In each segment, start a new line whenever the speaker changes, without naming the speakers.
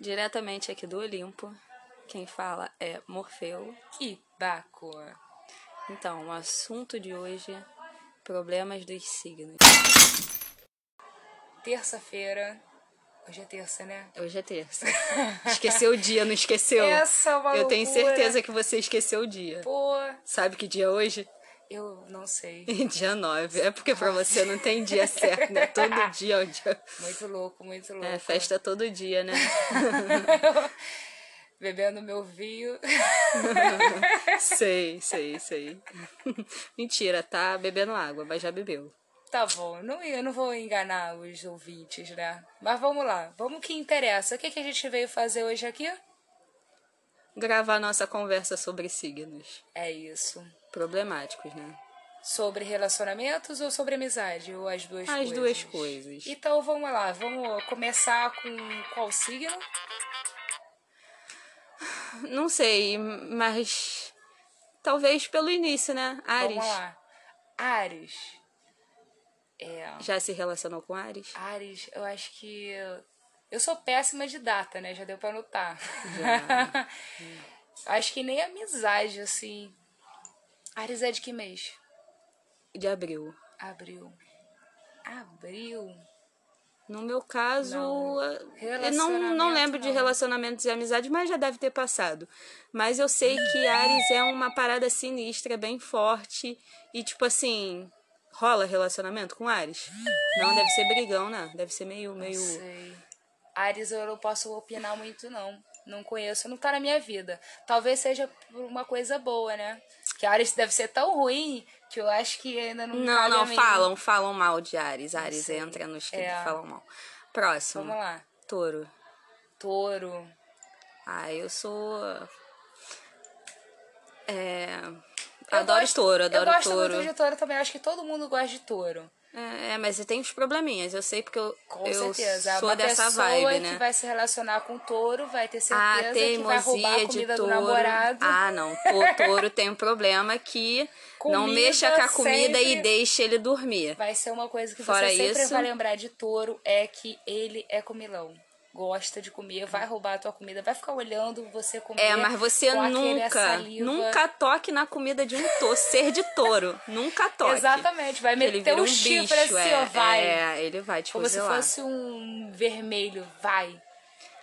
Diretamente aqui do Olimpo, quem fala é Morfeu.
E Baco.
Então, o assunto de hoje: problemas dos signos.
Terça-feira. Hoje é terça, né?
Hoje é terça. Esqueceu o dia, não esqueceu?
Essa é uma
Eu tenho
loucura.
certeza que você esqueceu o dia.
Pô,
Sabe que dia é hoje?
eu não sei.
Dia 9. É porque pra você não tem dia certo, né? Todo dia é um dia.
Muito louco, muito louco.
É, festa todo dia, né?
Bebendo meu vinho.
Sei, sei, sei. Mentira, tá bebendo água, mas já bebeu.
Tá bom, não, eu não vou enganar os ouvintes, né? Mas vamos lá, vamos que interessa. O que, que a gente veio fazer hoje aqui?
Gravar nossa conversa sobre signos.
É isso.
Problemáticos, né?
Sobre relacionamentos ou sobre amizade? Ou as duas
As
coisas?
duas coisas.
Então vamos lá, vamos começar com qual signo?
Não sei, mas. Talvez pelo início, né? Ares.
Vamos lá. Ares. É.
Já se relacionou com Ares?
Ares, eu acho que. Eu sou péssima de data, né? Já deu pra notar. acho que nem amizade, assim. Ares é de que mês?
De abril.
Abril. Abril?
No meu caso,
Não. né?
a- eu não, não
Relacionamento,
lembro de
não.
relacionamentos e amizade, mas já deve ter passado. Mas eu sei que Ares é uma parada sinistra, bem forte. E, tipo assim, rola relacionamento com Ares? Não, deve ser brigão, né? Deve ser meio. meio...
Não sei. Ares eu não posso opinar muito, não. Não conheço, não tá na minha vida. Talvez seja por uma coisa boa, né? Que Ares deve ser tão ruim que eu acho que ainda não tá
Não,
cabe a
não,
mim.
falam, falam mal de Ares. Ares
sei.
entra nos que
É.
falam mal. Próximo.
Vamos lá.
Touro.
Touro.
Ah, eu sou. É.
Eu
adoro
gosto-
touro, adoro
Eu gosto
touro.
muito de touro também. eu Acho que todo mundo gosta de touro.
É, é, mas tem uns probleminhas. Eu sei porque eu,
Com
eu
certeza.
sou
Uma
dessa
pessoa
vibe,
que
né?
vai se relacionar com touro vai ter
Ah,
certeza que vai roubar a
teimosia de
comida do
touro.
namorado.
Ah, não. O touro tem um problema que não
Comida
mexa com a comida
sempre-
e deixa ele dormir.
Vai ser uma coisa que
Fora
você sempre
isso-
vai lembrar de touro é que ele é comilão. Gosta de comer, vai roubar a tua comida, vai ficar olhando você comer.
É, mas você
com aquele- a
nunca,
saliva.
nunca toque na comida de um touro, ser de touro. Nunca toque.
Exatamente, vai
Que Ele
meter
vira
um,
um bicho,
chifre assim, ó,
é,
vai.
é, ele vai te
Como se
fuzilar.
fosse um vermelho, vai.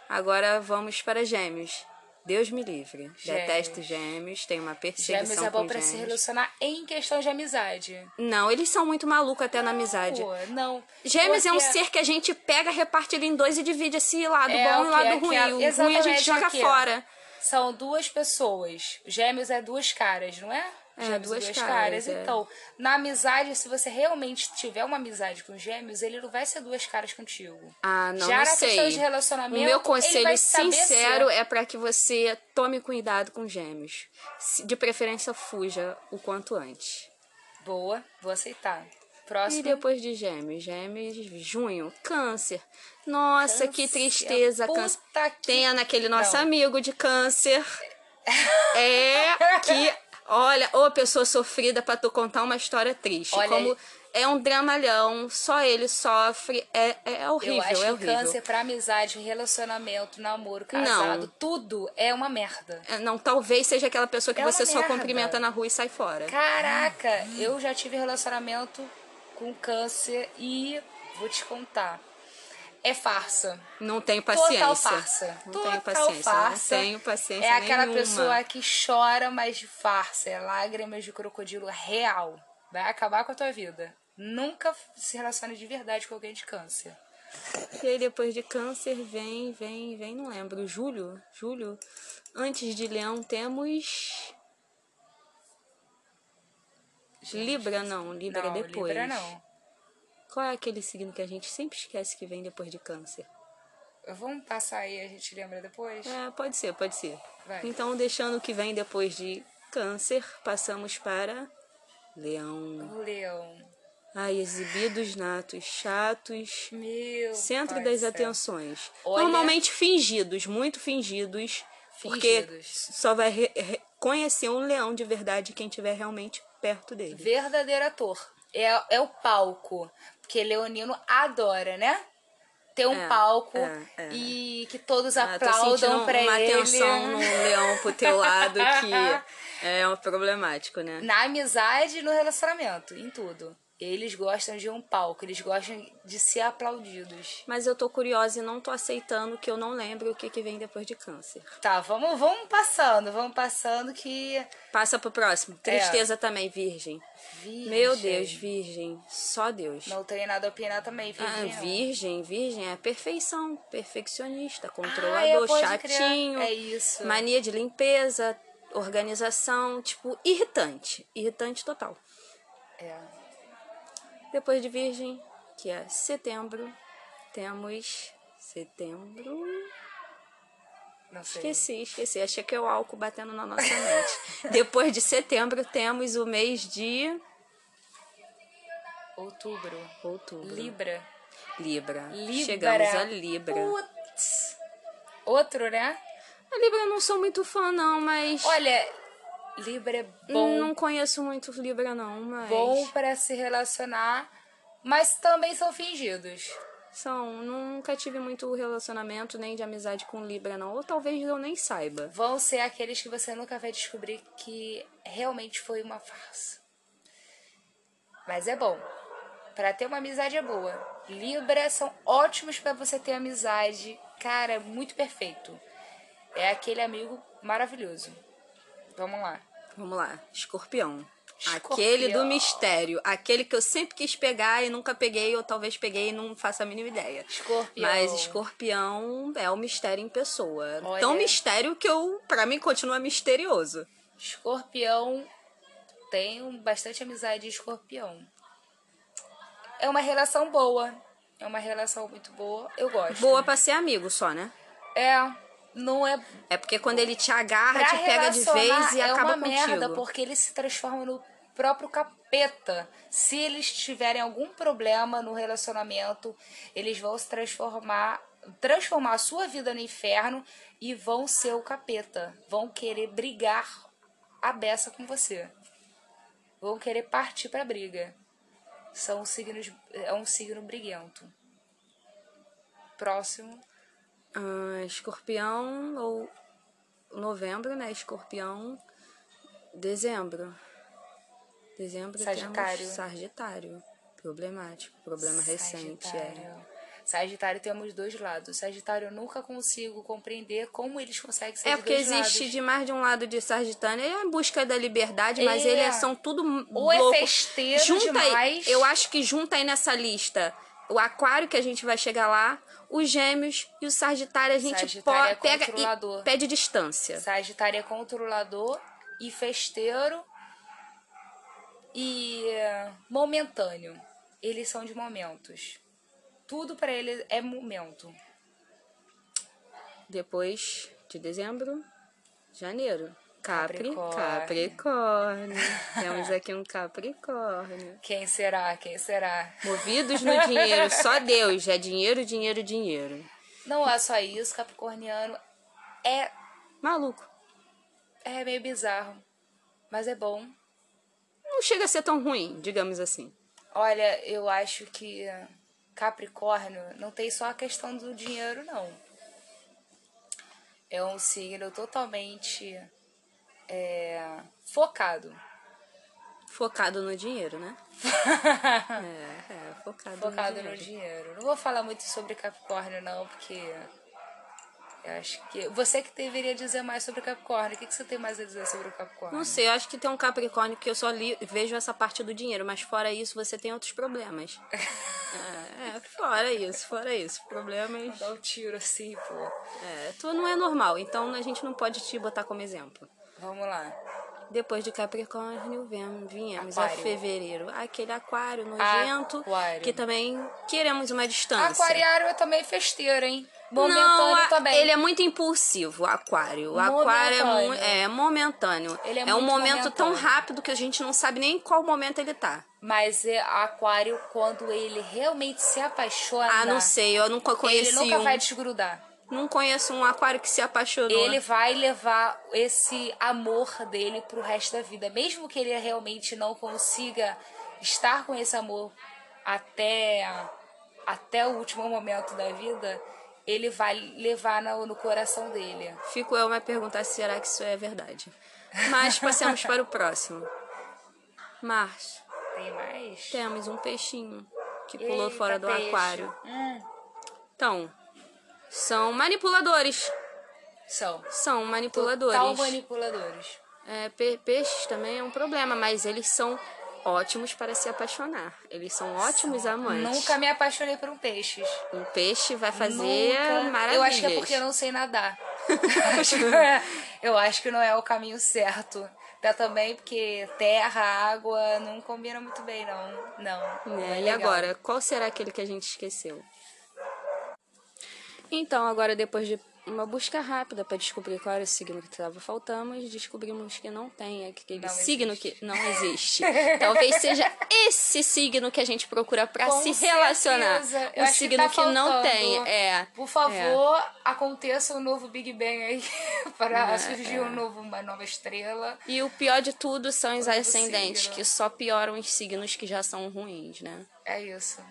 Agora vamos para gêmeos. Deus me livre.
Gêmeos.
Detesto gêmeos, tem uma perseguição
Gêmeos é bom
com
pra se
gêmeos.
relacionar em questão de amizade.
Não, eles são muito malucos até na amizade.
Pô, não.
Gêmeos é um
Porque-
ser que a gente pega, reparte ele em dois e divide esse lado
É,
bom
o
e
que
lado
é que
ruim.
é-
o ruim a gente
exatamente
joga
o que é.
fora.
São duas pessoas. Gêmeos é duas caras, não é?
É,
Gêmeos
duas caras, é.
Então, na amizade, se você realmente tiver uma amizade com gêmeos, ele não vai ser duas caras contigo.
Ah, não,
Já
não
na questão
sei.
de relacionamento,
o meu
ele
conselho
vai saber
sincero
ser.
é para que você tome cuidado com gêmeos. Se- De preferência, fuja o quanto antes.
Boa, vou aceitar.
E
Próximo.
depois de gêmeos, gêmeos, junho, câncer. Nossa, que
Câncer,
tristeza,
puta
câncer.
que-
Tem naquele nosso
Não.
amigo de câncer. É que, olha, ô pessoa sofrida pra tu contar uma história triste.
Olha
Como
aí.
é um dramalhão, só ele sofre. É, é horrível,
Eu acho
é
que
horrível.
câncer pra amizade, relacionamento, namoro, casado,
Não.
tudo é uma merda.
É, Não, talvez seja aquela pessoa que
É uma
você só
merda.
cumprimenta na rua e sai fora.
Caraca, eu já tive relacionamento com câncer e vou te contar. É farsa.
Não tenho paciência.
Total farsa.
Não
Total
tenho paciência.
farsa.
Não tenho paciência
É aquela
nenhuma.
pessoa que chora, mas de farsa. É lágrimas de crocodilo real. Vai acabar com a tua vida. Nunca se relacione de verdade com alguém de câncer.
E aí depois de câncer vem, vem, vem, não lembro. Julho? Julho? Antes de leão temos. Libra não, Libra é
não,
depois.
Libra não.
Qual é aquele signo que a gente sempre esquece que vem depois de câncer?
Vamos passar aí, a gente lembra depois?
É, pode ser, pode ser.
Vai.
Então, deixando o que vem depois de câncer, passamos para leão.
O leão.
Ai, exibidos natos, chatos.
Meu
Centro
pai
das
do céu.
atenções.
Olha-
Normalmente fingidos, muito fingidos, porque
Fingidos.
só vai re- re- conhecer um leão de verdade quem estiver realmente perto dele.
verdadeiro ator. É, é o palco. Porque Leonino adora, né? ter um
É,
palco
é, é.
e que todos
Ah, tô sentindo
aplaudam pra
uma
ele.
atenção no leão pro teu lado que é um problemático, né?
Na amizade e no relacionamento, em tudo. Eles gostam de um palco, eles gostam de ser aplaudidos.
Mas eu tô curiosa e não tô aceitando que eu não lembro o que, que vem depois de câncer.
Tá, vamos, vamos passando, vamos passando que.
Passa pro próximo. Tristeza também, virgem.
É. Virgem.
Meu Deus, virgem. Só Deus.
Não tenho nada a opinar também,
Ah,
Virgem. não.
virgem, virgem é perfeição, perfeccionista,
Ah, é,
controlador,
pode crer.
um chatinho,
É isso.
mania de limpeza, organização, tipo, irritante. Irritante total.
É.
Depois de Virgem, que é setembro, temos setembro.
Não sei.
Esqueci, esqueci. Achei que é o álcool batendo na nossa mente. Depois de setembro, temos o mês de
Outubro.
outubro.
Libra.
Libra.
Libra. Uh.
Chegamos a Libra.
Putz. Outro, né?
A Libra eu não sou muito fã, não, mas.
Olha, Libra é bom,
Não conheço muito Libra, não, Hum, mas.
bom para se relacionar, mas também são fingidos.
São. Nunca tive muito relacionamento nem de amizade com Libra, não. Ou talvez eu nem saiba.
Vão ser aqueles que você nunca vai descobrir que realmente foi uma farsa. Mas é bom. Pra ter uma amizade é boa. Libra são ótimos pra você ter amizade. Cara, é muito perfeito. É aquele amigo maravilhoso. Vamos lá.
Vamos lá, escorpião.
Escorpião.
Aquele do mistério. Aquele que eu sempre quis pegar e nunca peguei, ou talvez peguei e não faço a mínima ideia.
Escorpião.
Mas escorpião é o mistério em pessoa.
Olha.
Tão mistério que eu, para mim, continua misterioso.
Escorpião. Tenho bastante amizade em escorpião. É uma relação boa. É uma relação muito boa. Eu gosto.
Boa pra ser amigo só, né?
É. Não é
É porque quando ele te agarra,
pra
te pega de vez
relacionar
e
é
acaba
uma
contigo.
merda porque ele se transforma no próprio capeta. Se eles tiverem algum problema no relacionamento, eles vão se transformar, transformar a sua vida no inferno e vão ser o capeta. Vão querer brigar a beça com você. Vão querer partir pra briga. São signos, é um signo briguento. Próximo.
Ah, escorpião ou novembro, né? Escorpião, dezembro. Dezembro
Sagitário.
temos Sagitário. Problemático, problema recente, é.
Sagitário. Sagitário temos dois lados. Sagitário eu nunca consigo compreender como eles conseguem ser
É
de
porque
dois
existe
lados.
de mais de um lado de Sagitário, ele é em busca da liberdade, mas
É.
ele é, são tudo m-
Ou é
louco.
festeiro
junta
demais.
aí, eu acho que junta aí nessa lista o aquário que a gente vai chegar lá, os gêmeos e o Sagitário a gente
Sagitário
po-
é
pega
controlador.
e pede distância.
Sagitário é controlador e festeiro e eh, momentâneo. Eles são de momentos. Tudo pra ele é momento.
Depois de dezembro, janeiro. Capri,
Capricórnio.
Capricórnio. Temos aqui um Capricórnio.
Quem será? Quem será?
Movidos no dinheiro, só Deus. É dinheiro, dinheiro, dinheiro.
Não é só isso, Capricorniano é
Maluco.
é meio bizarro, mas é bom.
Não chega a ser tão ruim, digamos assim.
Olha, eu acho que Capricórnio não tem só a questão do dinheiro, não. É um signo totalmente é, focado.
Focado no dinheiro, né? É, é focado,
Focado
no
no
dinheiro.
dinheiro. Não vou falar muito sobre Capricórnio, não, porque eu acho que. Você que deveria dizer mais sobre Capricórnio. O que, que você tem mais a dizer sobre o Capricórnio?
Não sei, eu acho que tem um Capricórnio que eu só li- vejo essa parte do dinheiro, mas fora isso você tem outros problemas. É, é, fora isso, fora isso. Problemas.
Dá um tiro assim, pô.
É, tu não é normal, então a gente não pode te botar como exemplo.
Vamos lá.
Depois de Capricórnio, vem, viemos a
Aquário.
fevereiro. Aquele aquário nojento,
Aquário.
que também queremos uma distância.
Aquariário é também festeiro, hein?
não,
Momentâneo
a-
também.
ele é muito impulsivo, aquário. O aquário é,
Momentâneo.
mu- é momentâneo.
Ele é
um
muito
momento tão
momentâneo.
rápido que a gente não sabe nem em qual momento ele tá.
Mas é aquário, quando ele realmente se apaixona,
Ah, não sei, eu nunca
ele
conheci
nunca
um.
vai desgrudar.
Não conheço um aquário que se apaixonou.
Ele vai levar esse amor dele pro resto da vida. Mesmo que ele realmente não consiga estar com esse amor até até o último momento da vida, ele vai levar no, no coração dele.
Fico eu a me perguntar se será que isso é verdade. Mas passemos para o próximo. Márcio,
Tem mais?
temos um peixinho que pulou
Eita,
fora do
peixe.
aquário.
Hum,
Então, são manipuladores.
são.
São manipuladores.
Total manipuladores.
É, pe- peixes também é um problema, mas eles são ótimos para se apaixonar. Eles são ótimos amantes.
Nunca me apaixonei por um peixe.
Um peixe vai fazer
Nunca.
maravilhas.
Eu acho que é porque eu não sei nadar. Acho que é- eu acho que não é o caminho certo. Até também porque terra, água não combina muito bem, não. Não. não é
Né? E
legal.
agora, qual será aquele que a gente esqueceu? Então, agora depois de uma busca rápida para descobrir qual era o signo que estava faltando, descobrimos que não tem aquele
Não
signo que não existe. Talvez seja esse signo que a gente procura para
Com
se relacionar.
certeza. Eu
O
acho que
signo
tá
que não
faltando.
tem. É.
Por
é. É,
favor, aconteça um novo Big Bang aí para surgir um novo, uma nova estrela.
E o pior de tudo são os
Todo
ascendentes,
é signo.
que só pioram os signos que já são ruins, né?
É isso.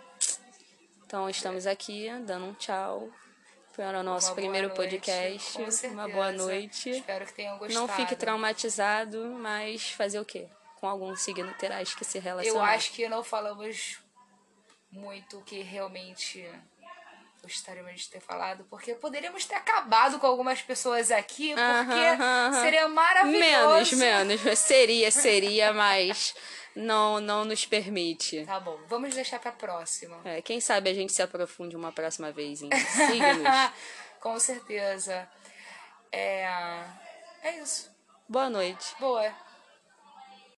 Então estamos aqui dando um tchau para o nosso
Uma boa
primeiro
noite,
podcast.
com
Uma
certeza.
boa noite.
Espero que tenham gostado.
Não fique traumatizado, mas fazer o quê? Com algum signo terás que se relacionar.
Eu acho que não falamos muito o que realmente gostaríamos de ter falado, porque poderíamos ter acabado com algumas pessoas aqui, porque
Aham, aham.
seria maravilhoso.
menos, menos. Seria, seria, mas não, não nos permite.
Tá bom, vamos deixar pra próxima.
É, quem sabe a gente se aprofunde uma próxima vez em signos.
com certeza. É, é isso.
Boa noite.
Boa.